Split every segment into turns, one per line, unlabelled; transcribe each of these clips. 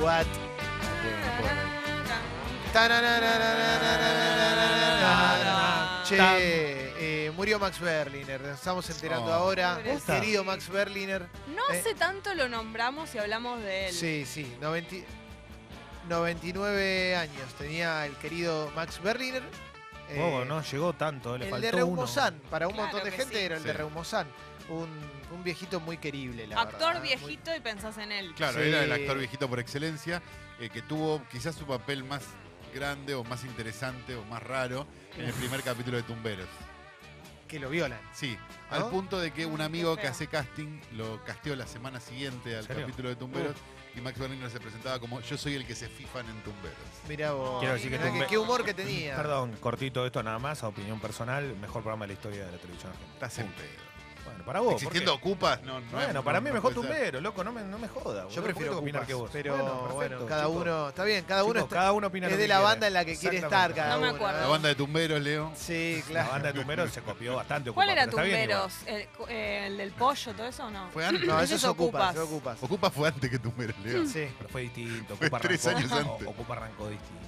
What? Tananananananananananana. Che,
Tan.
eh, murió Max Berliner, nos estamos enterando
Oh.
ahora.
Posta.
Querido Max Berliner.
No
Eh.
hace tanto lo nombramos y hablamos de él.
Sí, sí, 90 99 años tenía el querido Max Berliner. Eh,
Bobo, no llegó tanto, eh, le
El
faltó
de
uno.
Reumozán, para un montón
Claro
de
que
gente
sí.
era el
Sí.
de Reumozán. Un, un viejito muy querible, la
Actor
verdad, muy-
viejito y pensás en él.
Claro,
Sí.
era el actor viejito por excelencia, eh, que tuvo quizás su papel más grande o más interesante o más raro en el primer capítulo de Tumberos.
que lo violan.
Sí,
¿No?
al punto de que un
Qué
amigo que
feo.
hace casting lo casteó la semana siguiente al
serio?
capítulo de Tumberos y Max Berliner se presentaba como yo soy el que se fifan en Tumberos.
Mirá vos.
Quiero decir que
Mirá
Tumbe-
qué humor que tenía.
Perdón, cortito esto nada más, a opinión personal, mejor programa de la historia de la televisión argentina.
Estás en
Punto.
pedo.
Bueno, para vos. Oh, ¿por qué?
Oh, Existiendo ocupas, no, no es-
Bueno,
no-
para
no
mí mejor
puede ser.
tumbero, loco, no me, no me joda. boludo.
Yo prefiero
Puedo opinar
Cupas,
que vos.
Pero bueno,
perfecto,
cada
chicos.
uno. Está bien, cada uno
Chicos,
está-
cada uno opina
es
lo
de
que
la
quiere.
banda en la que quiere estar
Exactamente.
cada
No me
uno,
acuerdo.
La banda de Tumberos, Leo.
Sí,
La
claro.
banda de tumberos se copió bastante.
¿Cuál
Ocupa,
era
pero está bien
Tumberos? ¿El, cu- eh, el del pollo, todo eso o no?
Fue antes.
No,
Ese
eso
es
se ocupa,
Ocupas.
se ocupa.
Ocupa fue antes que Tumberos, Leo.
Sí.
igual. Pero fue distinto. Ocupa
tres
arrancó-
años antes.
Ocupa arrancó distinto.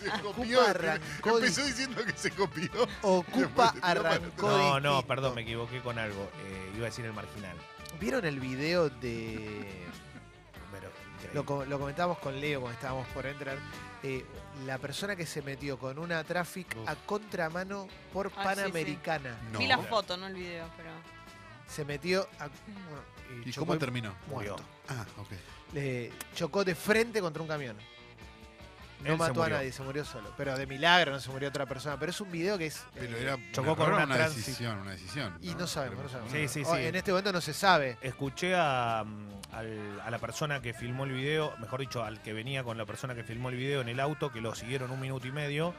Se copió.
Ocupa arrancó,
Empezó
di-
diciendo que se copió.
Ocupa
Después tiró para
arrancó.
No, no,
distinto.
perdón, me equivoqué con algo. Eh, iba a decir el marginal.
¿Vieron el video de.
Pero increíble.
Lo, co- lo comentábamos con Leo cuando estábamos por entrar. eh, la persona que se metió con una traffic
Uf.
a contramano por
Ah, sí,
Panamericana.
No.
Vi la foto, no el video, pero.
Se metió a. bueno,
¿Y
chocó
cómo terminó?
muerto.
Murió.
Ah, ok.
Le chocó de frente contra un camión. No
Él se
mató a
murió.
nadie, se murió solo. Pero de milagro no se murió otra persona. Pero es un video que es.
Pero
eh,
era
Chocó
chocó
con
con
una
una
transi-
decisión, una decisión.
Y no sabemos, no sabemos.
Sí, sí,
O-
sí.
En este momento no se sabe.
Escuché a, mm, al- a la persona que filmó el video, mejor dicho, al que venía con la persona que filmó el video en el auto, que lo siguieron un minuto y medio,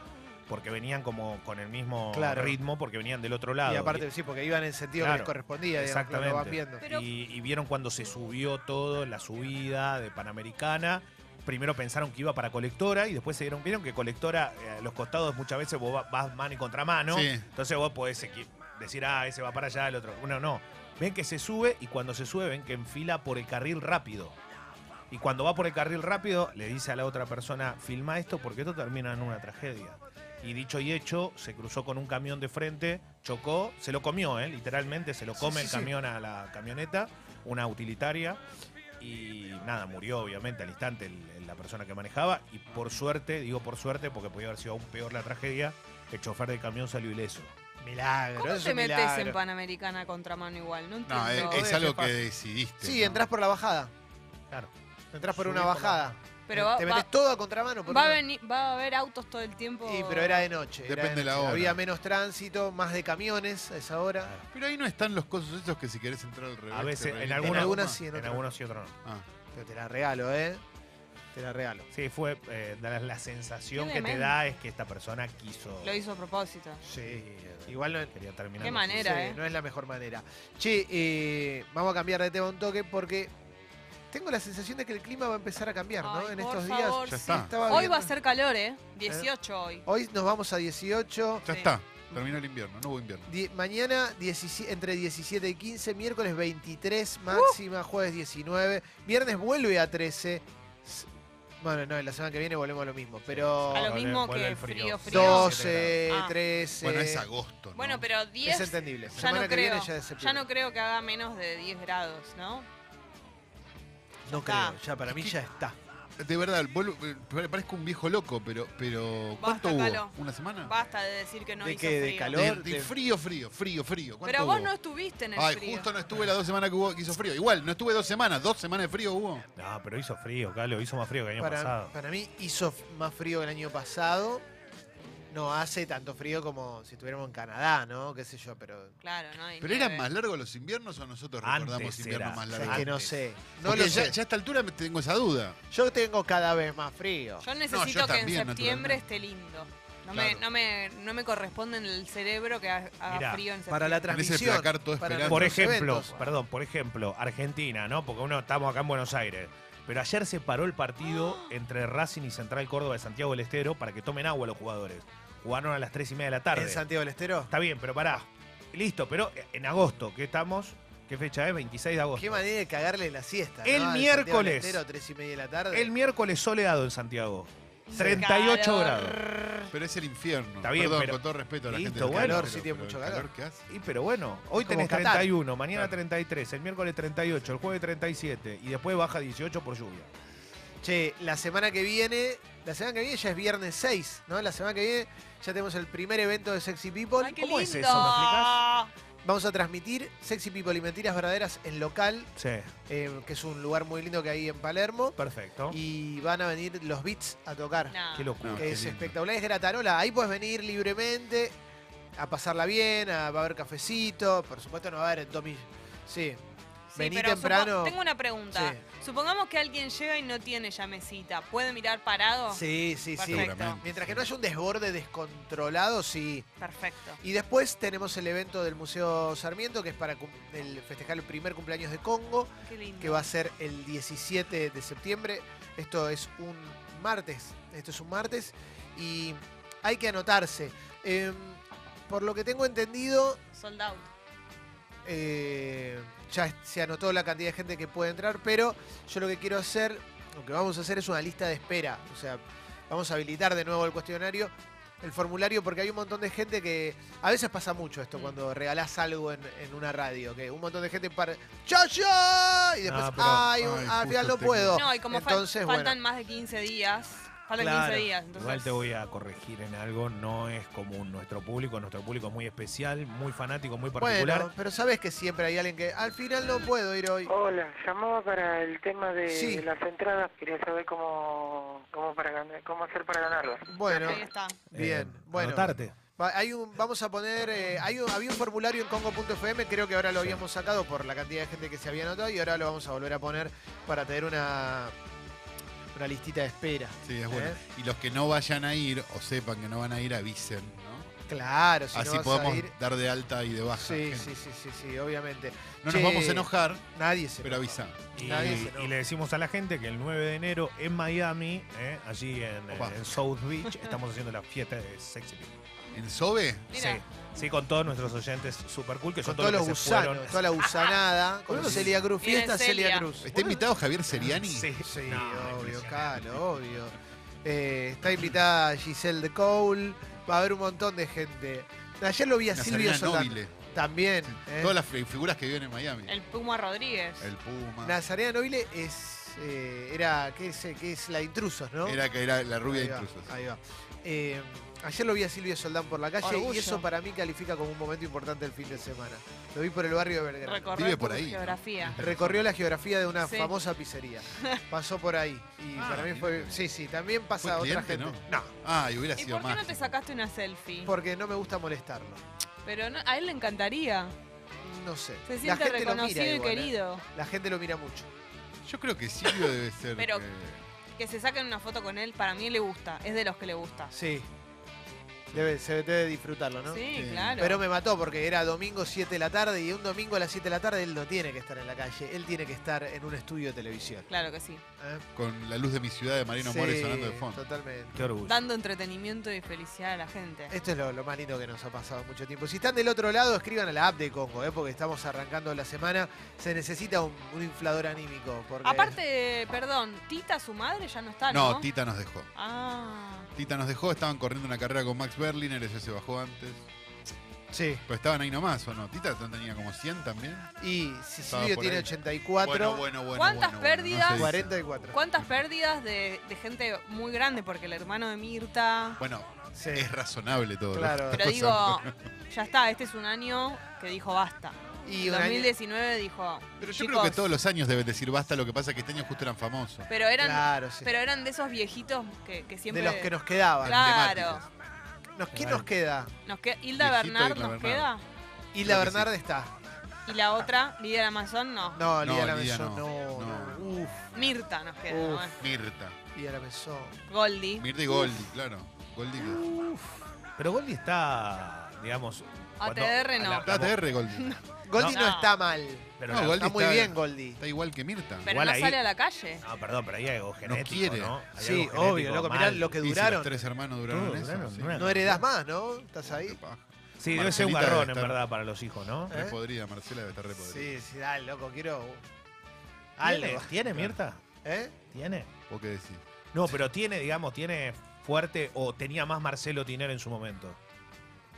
porque venían como con el mismo
Claro.
ritmo, porque venían del otro lado.
Y aparte, sí, porque iban en el sentido que
Claro,
les correspondía. digamos, lo- Lo van
exactamente.
viendo.
Pero-
Y, y vieron cuando se subió todo, la subida de Panamericana. Primero pensaron que iba para colectora y después se dieron, vieron que colectora, eh, a los costados muchas veces vos va- vas mano y contramano.
Sí.
Entonces vos podés equi- decir, ah, ese va para allá, el otro. Uno no. Ven que se sube y cuando se sube ven que enfila por el carril rápido. Y cuando va por el carril rápido, le dice a la otra persona, filma esto porque esto termina en una tragedia. Y dicho y hecho, se cruzó con un camión de frente, chocó, se lo comió, ¿eh? literalmente, se lo come
sí,
el
sí.
camión a la camioneta, una utilitaria. Y nada, murió obviamente al instante el- el- la persona que manejaba. Y por suerte, digo por suerte, porque podía haber sido aún peor la tragedia, el chofer del camión salió ileso.
Milagro.
¿Cómo
es
te
un
metes
milagro.
en Panamericana contramano igual? No entiendo.
No, es, es
obvio,
algo
¿qué pasa?
que decidiste.
Sí,
¿no?
entras por la bajada.
Claro.
Entras por
Subí
una
por la
bajada.
pero va,
te
va-
metes todo a contramano. Por
va a
una-
venir, va a haber autos todo el tiempo.
Sí, pero era de noche. era
Depende
de
la
noche.
hora.
Había menos tránsito, más de camiones a esa hora.
Claro.
Pero ahí no están los cosos esos que si querés entrar al revés.
A
te
veces, en
revienta.
algunos,
algunas sí, este en
en,
otras no.
algunos sí, otros no.
Ah,
Pero te la regalo, ¿eh? Te la regalo.
Sí, fue eh, la, la sensación
Qué
que te
demente.
da es que esta persona quiso.
Lo hizo a propósito.
Sí. Igual no,
Quería terminar.
Qué
lo
manera.
Sí,
¿eh?
no es la mejor manera. Che, eh, vamos a cambiar de tema un toque porque tengo la sensación de que el clima va a empezar a cambiar, ¿no?
Ay,
en
por
estos
favor,
Ya
sí.
está.
días.
Hoy va a ser calor, ¿eh? 18 hoy.
Hoy nos vamos a 18.
Ya
Sí.
está, terminó el invierno, no hubo invierno.
die- mañana 17 entre 17 y 15, miércoles 23
Uh.
máxima, jueves 19, viernes vuelve a 13. S- Bueno, no, la semana que viene volvemos a lo mismo, pero
A lo
Vuelve-
mismo
vuelve
que
el
frío, frío.
12,
Ah.
13.
Bueno, es agosto. ¿no?
Bueno, pero 10.
Es entendible.
ya
Semana
no
que viene
creo.
ya es septiembre.
Ya no creo que haga menos de 10 grados, ¿no?
No
está.
creo, ya para mí ya está.
De verdad, vuelvo- eh, pare- parezco un viejo loco, pero. pero
Basta,
¿Cuánto hubo?
Calo.
¿Una semana?
Basta de decir que no
¿De
hizo
qué? ¿De
frío.
calor?
De, de
de-
frío, frío, frío, frío. ¿Cuánto
Pero vos
hubo?
no estuviste en el
Ay,
frío.
justo no estuve las dos semanas que, hubo, que hizo frío. Igual, no estuve dos semanas, dos semanas de frío hubo.
No, pero hizo frío, Calo, hizo más frío que el año
Para,
pasado.
para mí hizo f- más frío que el año pasado. No hace tanto frío como si estuviéramos en Canadá, ¿no? Qué sé yo, pero.
Claro, no hay
¿Pero eran
nieve.
más largos los inviernos o nosotros
Antes
recordamos inviernos
era.
más
Es
largos?
que no
antes.
sé. No
Porque
lo
ya,
sé.
ya a esta altura me tengo esa duda.
Yo tengo cada vez más frío.
Yo necesito
yo
que
también,
en septiembre
naturalmente.
esté lindo. No,
Claro.
me, no, me, no me corresponde en el cerebro que ha- haga
Mirá,
frío en septiembre.
Para la
En ese
transmisión.
placar todo
para
esperando.
Por
nuestros
ejemplo,
eventos.
perdón, por ejemplo, Argentina, ¿no? Porque uno estamos acá en Buenos Aires. Pero ayer se paró el partido entre Racing y Central Córdoba de Santiago del Estero para que tomen agua los jugadores. Jugaron a las 3 y media de la tarde.
¿En Santiago del Estero?
Está bien, pero pará. Listo, pero en agosto, ¿qué estamos? ¿Qué fecha es? 26 de agosto.
Qué manera de cagarle la siesta.
El
¿no? Al
miércoles.
Santiago Estero, tres y media de la tarde.
El miércoles soleado en Santiago. 38
Calor.
grados.
Pero es el infierno.
Está bien,
Perdón,
pero-
con todo respeto a la
Listo,
gente. del
bueno.
Calor, sí, tiene
pero
mucho
el
calor.
que hace.
Y pero bueno, hoy
Es como
tenés
Qatar.
31, mañana
Claro.
33, el miércoles 38, el jueves 37 y después baja 18 por lluvia.
Che, la semana que viene, la semana que viene ya es viernes 6, ¿no? La semana que viene ya tenemos el primer evento de Sexy People.
Ay, qué
¿Cómo es
lindo.
eso? ¿Me explicás?
Vamos a transmitir Sexy People y Mentiras Verdaderas en local,
Sí,
eh, que es un lugar muy lindo que hay en Palermo.
perfecto.
Y van a venir los Beats a tocar,
No.
Qué locura.
No,
que
Ah, qué
es
lindo.
espectacular. Es gratarola, ahí puedes venir libremente a pasarla bien, a, va a haber cafecito. Por supuesto, no va a haber domi. Sí,
Sí,
vení
pero supo-
temprano.
Tengo una pregunta.
Sí.
Supongamos que alguien llega y no tiene ya mesita. ¿Puede mirar parado?
sí, sí, sí.
Oh, Perfecto.
Seguramente.
Mientras que no haya un desborde descontrolado, sí.
Perfecto.
Y después tenemos el evento del Museo Sarmiento, que es para cum- el- festejar el primer cumpleaños de Congo,
Qué lindo.
que va a ser el 17 de septiembre. Esto es un martes. Esto es un martes. Y hay que anotarse. Em, por lo que tengo entendido,
Sold out.
eh, ya es- se anotó la cantidad de gente que puede entrar, pero yo lo que quiero hacer, lo que vamos a hacer es una lista de espera. O sea, vamos a habilitar de nuevo el cuestionario, el formulario, porque hay un montón de gente que. A veces pasa mucho esto
Mm.
cuando regalás algo en, en una radio, que un montón de gente para. ¡Yo, yo! Y después,
No, Ah, pero-
¡ay!
Ay,
al final
justo
no puedo.
No, y como fal-
Oh, Entonces, bueno.
faltan más de 15 días. Faltan
Claro.
15 días. Entonces... Ah,
Igual te voy a corregir en algo, no es común nuestro público, nuestro público es muy especial, muy fanático, muy particular.
Bueno, pero sabes que siempre hay alguien que. Al final no puedo ir hoy.
Hola, llamaba para el tema de
Sí.
las entradas. Quería saber cómo, cómo, para, gan- cómo hacer para ganarlas.
Bueno,
Ahí está.
bien.
Eh,
bueno.
anotarte.
Va- Hay un, vamos a poner, eh, hay un- había un formulario en congo.fm, creo que ahora lo habíamos sacado por la cantidad de gente que se había anotado y ahora lo vamos a volver a poner para tener una, una listita de espera.
Sí, es
¿Eh?
bueno. Y los que no vayan a ir o sepan que no van a ir, avisen, ¿no?
Claro, si no
Así
vas
podemos
a ir.
dar de alta y de baja.
Sí,
gente.
sí, sí, sí, sí, obviamente.
No
Che.
nos vamos a enojar,
Nadie se.
pero avisa.
Y,
Nadie se enoja.
y le decimos a la gente que el 9 de enero en Miami, eh, allí en,
Opa.
en South Beach, estamos haciendo la fiesta de Sexy People.
¿En Sobe?
Sí,
Mira.
sí, con todos nuestros oyentes super cool, que
Con
son
todos los
los que se fueron.
gusanos, toda la gusanada. Con
Sí.
Celia Cruz,
Viene
fiesta Celia
Celia.
Cruz.
¿Está invitado Javier Seriani?
Sí,
Sí,
No,
obvio,
impresionante.
Calo, obvio. Eh, está invitada Giselle de Cole, va a haber un montón de gente. Ayer lo vi a Silvio
Nazarena
Soldán.
Nobile.
También.
Sí,
¿eh?
Todas las fi- figuras que viven en Miami.
El Puma Rodríguez.
El Puma.
Nazarena Nobile es. eh, era. ¿qué es, qué es la de intrusos, no?
Era que era la rubia
ahí va,
intrusos.
Ahí va. Eh, ayer lo vi a Silvio Soldán por la calle
Orgullo.
y eso para mí califica como un momento importante del fin de semana. Lo vi por el barrio de Belgrano.
Recorrer
Vive
tu
por ahí, ¿no?
geografía.
Recorrió la geografía de una
Sí.
famosa pizzería. Pasó por ahí. Y
Ah,
para mí
mirá.
fue. Sí, sí, también pasa
¿Fue
otra
cliente,
gente.
No,
Ah, y hubiera
¿Y
sido
por qué
más.
no te sacaste una selfie?
Porque no me gusta molestarlo.
Pero no- a él le encantaría.
No sé.
Se siente
lo
reconocido y
igual, ¿eh?
querido.
La gente lo mira mucho.
Yo creo que Silvio debe ser.
Pero-
que-
Que se saquen una foto con él, para mí le gusta. Es de los que le gusta.
Sí. Debe, se debe disfrutarlo, ¿no?
Sí,
Sí.
claro.
Pero me mató porque era domingo 7 de la tarde y un domingo a las 7 de la tarde él no tiene que estar en la calle, él tiene que estar en un estudio de televisión.
Claro que sí.
¿eh?
Con la luz de mi ciudad de Marino
Sí,
Mores sonando de fondo.
Totalmente.
qué orgullo.
Dando entretenimiento y felicidad a la gente.
Esto es lo, lo más lindo que nos ha pasado mucho tiempo. Si están del otro lado, escriban a la app de Congo, ¿eh? porque estamos arrancando la semana. Se necesita un, un inflador anímico. Porque...
Aparte, perdón, Tita, su madre, ya no está, ¿no?
No, Tita nos dejó.
Ah,
Tita nos dejó, estaban corriendo una carrera con Max Berliner, ese se bajó antes.
Sí.
Pero estaban ahí nomás, ¿o no? Tita no tenía como 100 también.
Y si
Estaba
Silvio
por
tiene
ahí.
84,
bueno, bueno.
¿Cuántas pérdidas?
se dice.
44.
¿cuántas pérdidas de, de gente muy grande? Porque el hermano de Mirta.
Bueno,
Sí.
es razonable todo. lo
Claro.
que
Pero
está
digo,
pasando.
ya está, este es un año que dijo basta.
Y
En
un año-
2019 dijo.
Pero yo creo
"Chicos,
que todos los años deben decir basta, lo que pasa es que este año justo eran famosos.
Pero eran,
Claro, sí.
pero eran de esos viejitos que, que siempre.
de los que nos quedaban.
Claro.
Emblemáticos.
Nos- ¿Quién
Claro.
nos queda?
Nos queda- Hilda
Viejito
Bernard
Hilda
nos queda.
Bernard.
Hilda
Creo que sí.
Bernard está.
Y la otra, Lidia Amazon, no.
No,
No,
Lidia la
Lidia
Mesón, no.
no,
Uf,
Mirta nos queda.
Uf.
bueno.
Mirta.
Lidia la Mesón.
Goldie.
Mirta y Goldi, claro. Goldi. que-
Pero Goldie está, digamos. cuando-
ATR
a la-
no.
Ah,
la-
Está TR, Goldi.
Goldie no,
No.
está mal.
pero
No,
la-
Goldie
Está muy
está-
bien, Goldie.
Está igual que Mirta.
Pero
Igual
no
ahí-
sale a la calle.
No, perdón, pero ahí hay algo genético,
quiere.
¿no? Hay algo
Sí,
genético
obvio, loco. Mirá
mal.
lo que
Y si
duraron.
los tres hermanos duraron
Todos
eso.
duraron,
sí.
duraron.
No heredás más, ¿no? Estás ahí.
Qué paja.
Sí, debe ser un
Marcelita
garrón, en
debe estar
verdad, para los hijos, ¿no?
Re
¿Eh?
podrida, Marcela debe estar re podrida.
Sí, sí, dale, loco, quiero.
¿Tiene,
Algo.
¿Tiene, Mirta?
¿Eh?
¿Tiene?
¿Vos qué decís?
No, pero tiene, digamos, tiene fuerte o tenía más Marcelo Tiner en su momento.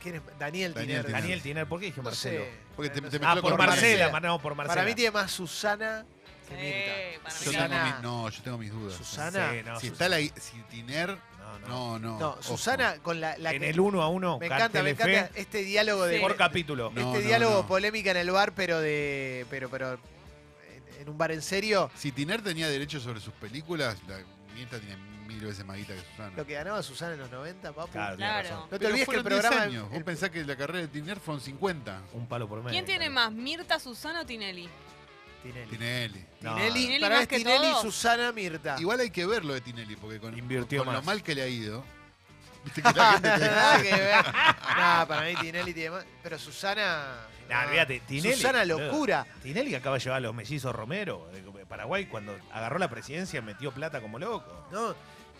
¿Quién es? Daniel,
Daniel
Tiner.
Tiner.
Daniel Tiner, ¿por qué dije
No
Marcelo?
sé.
Porque te-
No sé.
te mezcló
Ah, por
con
Marcela,
Marcela.
ma- no, por Marcela.
Para mí tiene más Susana que
Sí,
Mirta.
para mí
Yo
sí.
tengo
Susana.
mis, no, yo tengo mis dudas.
Susana.
Sí, no,
si
Sus-
está la si Tiner,
no, no.
no, no.
No,
ojo.
Susana con la, la
en
que.
el uno a uno,
me encanta, me
Telefe,
encanta este diálogo de.
Sí.
por capítulo.
No,
este
no,
diálogo
no.
polémica en el bar, pero de. Pero, pero. en- En un bar en serio,
Si Tiner tenía derechos sobre sus películas, la Mirta tiene mil veces más guita que Susana.
lo que ganaba Susana en los 90, papu.
Claro, tiene
Claro.
razón.
No te
Pero
olvides que el
fueron 10
programa.
Años. Vos
el-
pensás que la carrera de Tiner fueron 50.
Un palo por medio.
¿Quién tiene más, Mirta, Susana o Tinelli?
Tinelli.
Tinelli.
No,
Tinelli,
Tinelli
para
más
mí es
que
Tinelli,
todos.
Susana, Mirta.
Igual hay que ver lo de Tinelli, porque con,
Invirtió
con lo
más.
mal que le ha ido. Viste que la gente te-
Nada que ver. Nah, para mí Tinelli tiene más. Pero Susana.
Nah,
no.
olvídate, Tinelli,
Susana
boludo.
locura.
Tinelli que acaba de llevar a los mellizos Romero eh, de Paraguay cuando agarró la presidencia metió plata como loco.
No.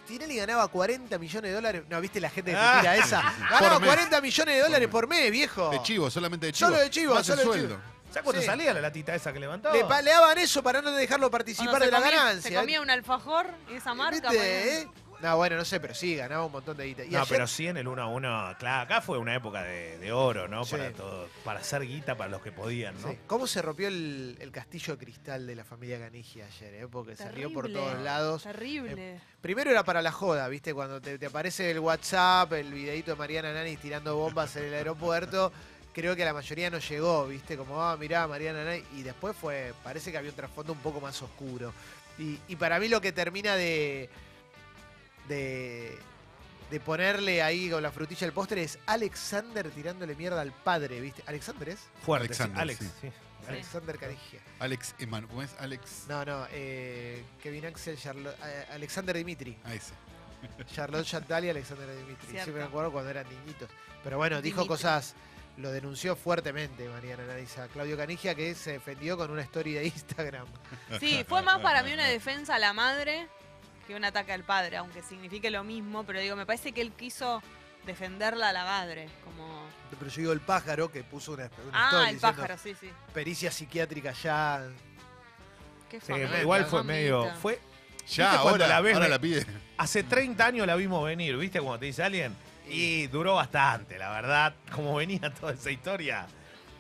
Tinelli ganaba 40 millones de dólares. No, viste la gente que te
Ah,
tira esa.
sí.
Ganaba
Por mes.
40 millones de dólares
Por
por mes, viejo.
De chivo, solamente de chivo.
Solo de chivo,
Más el
solo de
sueldo.
¿Sabes cuándo
Sí.
salía la latita esa que levantaba?
Le paleaban eso para no dejarlo
Cuando
participar de
se
la
comía-
ganancia.
Se comía un alfajor, esa
¿Viste,
marca. ponele.
eh? No, bueno, no sé, pero sí, ganaba un montón de guita. Y
no,
ayer-
pero sí en el 1 a 1. Claro, acá fue una época de, de oro, ¿no?
Sí.
Para todo, para hacer guita para los que podían, ¿no?
Sí. ¿Cómo se rompió el, el castillo de cristal de la familia Ganigi ayer? eh? Porque salió por
Terrible.
todos lados. Eh,
Terrible.
Primero era para la joda, ¿viste? Cuando te, te aparece el WhatsApp, el videito de Mariana Nani tirando bombas en el aeropuerto. Creo que a la mayoría no llegó, ¿viste? Como, ah, mirá, Mariana Nani. Y después fue, parece que había un trasfondo un poco más oscuro. Y, y para mí lo que termina de, de, de ponerle ahí con la frutilla el postre es Alexander tirándole mierda al padre, ¿viste? ¿Alexander es?
Fuerte,
Alexander,
sí. Alex.
sí.
sí. Alex.
Alexander Canigia.
Alex Eman, ¿cómo es? Alex.
No, no, eh, Kevin Axel, Charlo- eh, Alexander Dimitri.
A ese.
Charlotte Chantal y Alexander Dimitri.
Cierto.
Siempre me acuerdo cuando eran niñitos. Pero bueno, dijo
Dimitri.
cosas, lo denunció fuertemente Mariana Nariza. Claudio Canigia que se defendió con una story de Instagram.
Sí, fue más para mí una defensa a la madre que un ataque al padre, aunque signifique lo mismo, pero digo, me parece que él quiso defenderla a la madre, como...
Pero yo digo el pájaro que puso una, una
Ah,
story
el
diciendo,
pájaro, sí, sí.
pericia psiquiátrica ya.
Qué
Sí,
familia,
igual fue
mamita.
medio. Fue,
Ya,
¿Viste cuando
ahora
la
la,
ves,
ahora
me-
la pide.
hace 30 años la vimos venir, ¿viste? Cuando te dice alguien. Y duró bastante, la verdad. Como venía toda esa historia.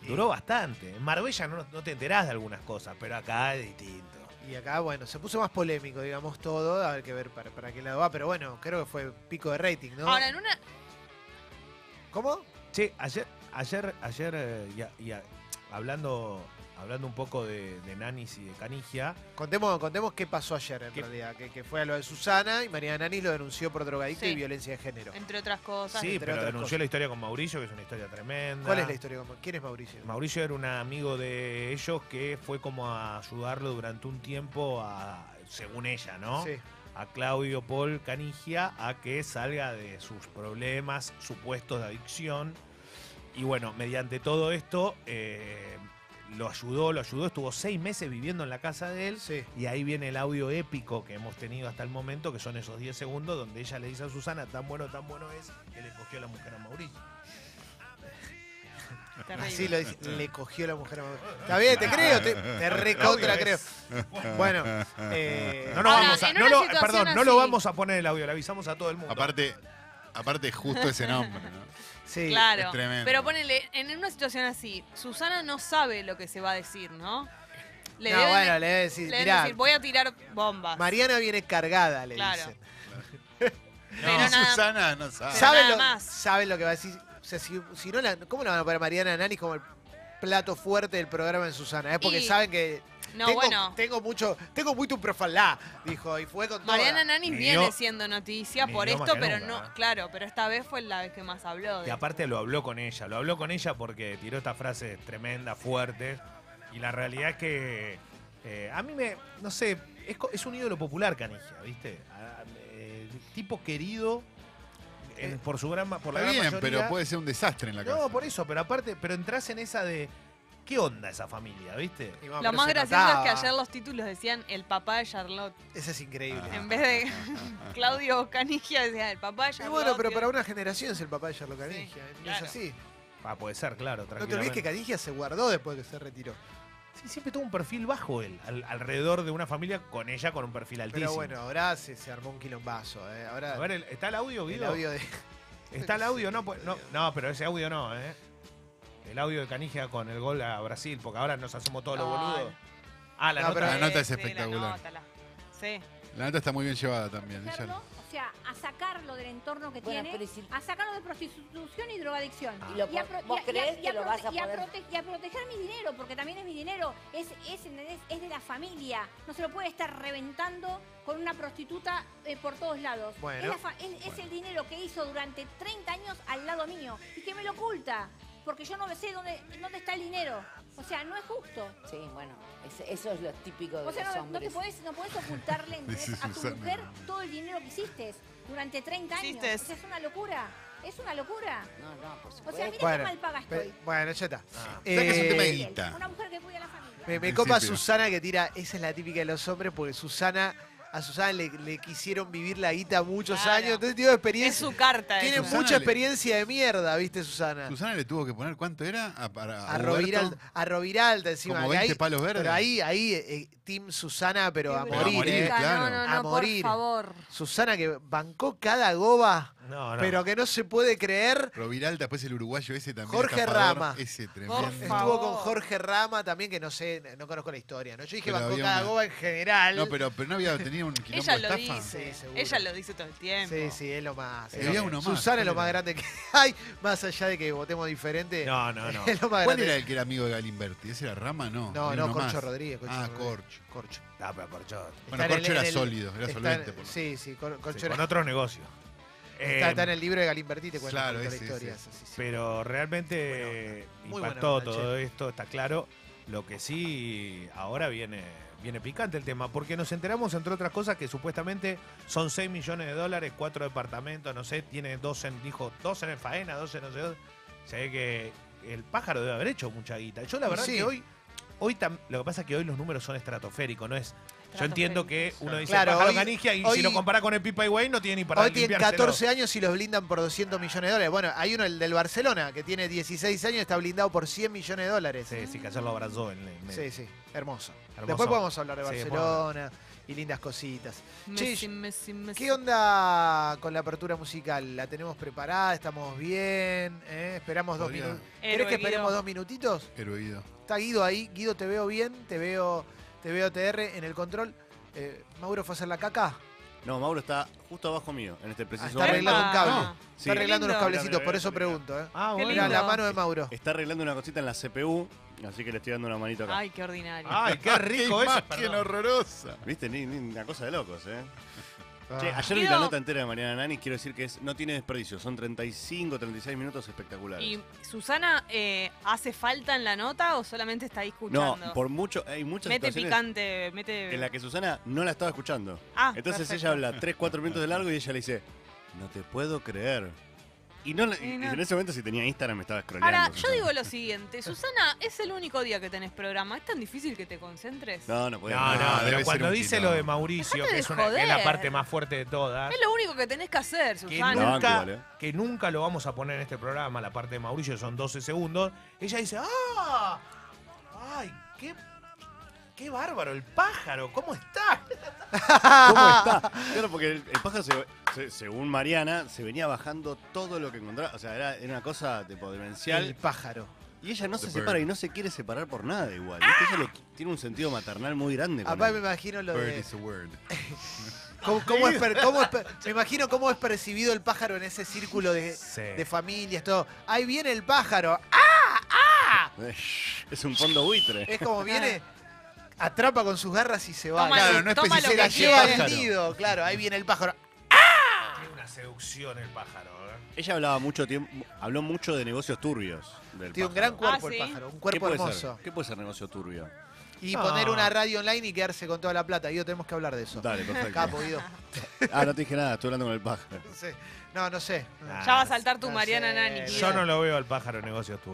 Duró bastante. En Marbella no, no te enterás de algunas cosas, pero acá es distinto.
Y acá, bueno, se puso más polémico, digamos, todo. A ver que ver para, para qué lado va. Pero bueno, creo que fue pico de rating, ¿no?
Ahora, en una...
¿Cómo?
Che, ayer, ayer, ayer, eh, y a- y a- hablando, hablando un poco de, de Nanis y de Canigia,
Contemos, contemos qué pasó ayer en
¿Qué?
realidad, que, que fue a lo de Susana y María Nanis lo denunció por drogadicto
Sí.
y violencia de género.
Entre otras cosas.
sí,
entre
pero
otras
denunció
cosas.
la historia con Mauricio, que es una historia tremenda.
¿Cuál es la historia? ¿Quién es Mauricio?
Mauricio era un amigo de ellos que fue como a ayudarlo durante un tiempo a, según ella, ¿no?
Sí.
A Claudio Paul Canigia a que salga de sus problemas supuestos de adicción. Y bueno, mediante todo esto, eh, lo ayudó, lo ayudó, estuvo seis meses viviendo en la casa de él.
Sí.
Y ahí viene el audio épico que hemos tenido hasta el momento, que son esos 10 segundos donde ella le dice a Susana, tan bueno, tan bueno es, que le cogió a la mujer a Mauricio.
terrible.
Así lo dice. Le cogió la mujer a Mauricio. Está bien, te creo, te, te recontra
Obvio,
creo.
es-
Bueno, eh,
No, nos
Ahora,
vamos a,
en
no
una
lo-
situación
perdón, no lo
así-
vamos a poner el audio, le avisamos a todo el mundo.
Aparte, aparte justo ese nombre, ¿no?
sí.
Claro.
es tremendo.
Pero ponele, en una situación así, Susana no sabe lo que se va a decir, ¿no? Le
no,
deben-
bueno, le voy a decir,
le deben
mirá,
decir, voy a tirar bombas.
Mariana viene cargada, le
Claro.
dicen.
Pero
No,
nada-
Susana no sabe.
Sa-
¿Saben
nada
lo,
más.
saben lo que va a decir? O sea, si, si no la- ¿cómo la van a poner a Mariana Nanis como el plato fuerte del programa de Susana? Es porque
Y-
saben que
No,
tengo,
bueno,
tengo mucho, tengo muy tu profalá, dijo, y fue con toda.
Mariana Nanis
Me
viene
dio-
siendo noticia
me
por
dio
esto,
más que
pero
nunca,
no,
¿eh?
claro, pero esta vez fue la vez que más habló. de
Y aparte lo habló con ella, lo habló con ella porque tiró estas frases tremendas, fuertes. Y la realidad es que eh, a mí me, no sé, es, co- es un ídolo popular Canigia, ¿viste? A- eh, tipo querido en-
Eh,
por su gran, ma- por la
Está bien,
gran mayoría.
pero puede ser un desastre en la casa.
No, por eso, pero aparte, pero entras en esa de ¿qué onda esa familia, viste?
Y bueno,
Lo
pero
más
se
gracioso es
notaba.
que ayer los títulos decían el papá de Charlotte.
Ese es increíble.
Ah.
En vez de Claudio Canigia decía el papá de
Y
Charlotte.
bueno, pero
que-
para una generación es el papá de Charlo Canigia.
Sí,
¿eh? No
claro.
Es así.
Ah, puede ser, claro,
No te olvides que
tranquilamente.
Canigia se guardó después que se retiró.
Sí, siempre tuvo un perfil bajo él, al- alrededor de una familia con ella con un perfil altísimo.
Pero bueno, ahora se, se armó un quilombazo. eh. Ahora
A ver, el- ¿está el audio,
el
Guido?
audio de.
¿Está el audio? No, pues, no, no, pero ese audio no, ¿eh? El audio de Canigia con el gol a Brasil, porque ahora nos hacemos todos los
Ay.
boludos. Ah, la
No,
nota.
pero-
La nota es
Sí, sí, la
espectacular.
nota, la- Sí.
La nota está muy bien llevada también. ella-
hacerlo, o sea, a sacarlo del entorno que
Bueno,
tiene,
pero si- Ah.
a sacarlo de prostitución y drogadicción.
¿Y lo
Y a
po-
pro- y
vos
a- y a-
creés
y a
que lo
prote-
vas a
y a
poder-
prote- Y a proteger mi dinero, porque también es mi dinero, es, es, ¿entendés? es de la familia, no se lo puede estar reventando con una prostituta eh, por todos lados.
Bueno.
es, la fa- es- es el dinero que hizo durante 30 años al lado mío y que me lo oculta, porque yo no sé dónde, dónde está el dinero. O sea, no es justo.
Sí, bueno, es- eso es lo típico de
O sea,
los
no, no te
hombres.
podés, no podés ocultarle ¿entendés?
Dice
a tu
Susana.
mujer todo el dinero que hiciste durante 30 años.
Hiciste.
O sea, es una locura. Es una locura.
No, no, por
O
supuesto.
sea, mira qué
Bueno,
mal paga
pe-
estoy.
bueno, ya está.
Ah.
Sé que es un tema de
Eh,
guita. Peguita.
Una mujer que cuida a la familia.
Me, me
Al
copa
principio.
Susana que tira, esa es la típica de los hombres, porque Susana, a Susana le, le quisieron vivir la guita muchos
Claro.
años, entonces tiene
Es
experiencia.
su carta.
Tiene
esa.
Susana
mucha
le-
experiencia de mierda, viste Susana.
Susana le tuvo que poner cuánto era a, para,
A
Roberto?
Roviralda, a Roviralda encima.
Como
que
20
ahí-
palos verdes.
pero ahí, ahí, eh, Team Susana, pero a
Pero
morir.
morir,
eh.
claro.
No, no,
A
no,
morir.
por favor.
Susana que bancó cada goba,
No, no.
pero que no se puede creer.
Roviralta, después el uruguayo ese también.
Jorge
estafador,
Rama.
Ese tremendo.
Por favor.
Estuvo con Jorge Rama también, que no sé, no conozco la historia. ¿no? Yo dije
Pero
bancó
había
cada
una-
goba en general.
No, pero, pero no había tenido un quilombo
Ella
de
lo
estafa.
dice.
Sí, seguro.
ella lo dice todo el tiempo.
Sí, sí, es lo más.
Se
es lo
veía
que-
uno más.
Susana es lo
¿Cuál
más
era?
grande que hay, más allá de que votemos diferente.
No, no, no.
Es lo más
¿Cuál
grande.
era el que era amigo de Galimberti? ¿Ese era Rama? No.
No,
Era
no,
uno
Corcho
más.
Rodríguez. Corcho
Ah,
Rodríguez.
Corcho.
Corcho.
Ah, pero por yo-
Bueno,
Está en
Corcho
el-
era
en el-
sólido, era
está-
solvente. por lo
Sí, sí, Cor- Corcho
sí,
era-
con otros negocios.
está,
Eh,
está en el libro de Galimberti, te cuento
claro,
toda la
ese,
historia.
ese.
esa, sí, sí.
Pero realmente
Muy buena
impactó
onda,
todo esto, está claro. Lo que sí, ahora viene, viene picante el tema, porque nos enteramos, entre otras cosas, que supuestamente son 6 millones de dólares, cuatro departamentos, no sé, tiene dos en, dijo, dos en el faena, dos en no sé dónde. Se ve que el pájaro debe haber hecho mucha guita. Yo la
Y
verdad
sí.
que hoy, hoy tam- lo que pasa es que hoy los números son estratosféricos, no es. Yo entiendo que uno dice
Claro,
pájaro
hoy-
Canigia y
hoy-
si lo compara con el Pipa Higuaín no tiene ni para
Hoy tienen
limpiárselo.
14 años y los blindan por 200 millones de dólares. Bueno, hay uno, el del Barcelona, que tiene 16 años y está blindado por 100 millones de dólares. ¿eh?
Sí, sí, que ayer lo abrazó en el- en el-
sí, sí, hermoso.
Hermoso.
Después podemos hablar de
Sí, después
Barcelona y lindas cositas.
Messi,
Che,
Messi, Messi.
¿Qué onda con la apertura musical? ¿La tenemos preparada? ¿Estamos bien? ¿Eh? ¿Esperamos dos
Podría-
minutos? ¿Crees
Héroe,
que esperemos
Guido.
dos minutitos?
Heroído.
Está Guido ahí. Guido, te veo bien. Te veo, te veo TR en el control. Eh, Mauro fue a hacer la caca.
No, Mauro está justo abajo mío en este preciso
Ah, está
Epa.
momento.
arreglando un cable.
No,
Sí,
Está arreglando unos
Lindo.
cablecitos, por eso
Mira, mira,
pregunto. ¿eh?
Ah,
Qué
bueno.
Era
lindo.
la mano de Mauro.
Está arreglando una cosita en la CPU, así que le estoy dando una manito acá.
Ay, qué ordinario.
Ay, qué rico
¡Qué
eso.
imagen
perdón.
horrorosa!
¿Viste? Ni, ni una cosa de locos, ¿eh? Che,
Ah.
ayer vi la
Quiero-
nota entera de Mariana Nani, quiero decir que es, no tiene desperdicio, son 35, 36 minutos espectaculares.
¿Y Susana eh, hace falta en la nota o solamente está ahí escuchando?
no, por mucho, hay muchas
mete
situaciones
picante, mete.
en las que Susana no la estaba escuchando.
Ah,
Entonces
perfecto.
ella habla 3, 4 minutos de largo y ella le dice, no te puedo creer. Y, no, la-
Y
y
no.
en ese momento si tenía Instagram me estaba scrolleando.
Ahora, yo digo lo siguiente, Susana, es el único día que tenés programa. ¿Es tan difícil que te concentres?
No, no podía.
No, no,
debe
pero
ser
cuando
un
dice
quilombo.
lo de Mauricio,
Dejate
que
de
es, una- que es la
joder.
parte más fuerte de todas,
Es lo único que tenés que hacer,
que
Susana.
No,
nunca,
banco, boludo.
que nunca lo vamos a poner en este programa, la parte de Mauricio, son 12 segundos, ella dice, ¡ah! ¡Ay, qué, qué bárbaro, el pájaro! ¿Cómo está?
¿Cómo está? Claro, porque el, el pájaro, se- se- según Mariana, se venía bajando todo lo que encontraba. O sea, era, era una cosa tipo
El
demencial.
pájaro.
Y ella no se
The
separa
bird.
y no se quiere separar por nada igual. ¿viste? Ella le- tiene un sentido maternal muy grande. con
Aparte me
él.
imagino lo
Bird
de.
is a word.
¿Cómo, cómo es per- cómo es per- me imagino cómo es percibido el pájaro en ese círculo de,
Sí.
de familias, todo. Ahí viene el pájaro.
Es un fondo buitre.
Es como viene, atrapa con sus garras y se va.
Toma
Claro,
lo-
no es
toma lo
se
especifica
la
que
qué
lleva
quieras.
del
pájaro.
nido, claro. Ahí viene el pájaro.
Tiene una seducción el pájaro. ¿eh?
Ella hablaba mucho tiempo, habló mucho de negocios turbios. Del
Tiene un gran
pájaro.
cuerpo
Ah,
el
sí.
pájaro, un
¿Qué
cuerpo
puede
hermoso.
Ser? ¿Qué puede ser negocio turbio?
Y
Ah.
poner una radio online y quedarse con toda la plata. Guido, tenemos que hablar de eso.
Dale,
Capo,
perfecto.
Guido.
Ah, no te dije nada, estoy hablando con el pájaro.
No sé. No, no sé.
Ah,
Ya va a saltar tu
No
Mariana
sé.
Nani.
Yo
eh, Yo
Guido.
no lo veo al pájaro en negocios tú.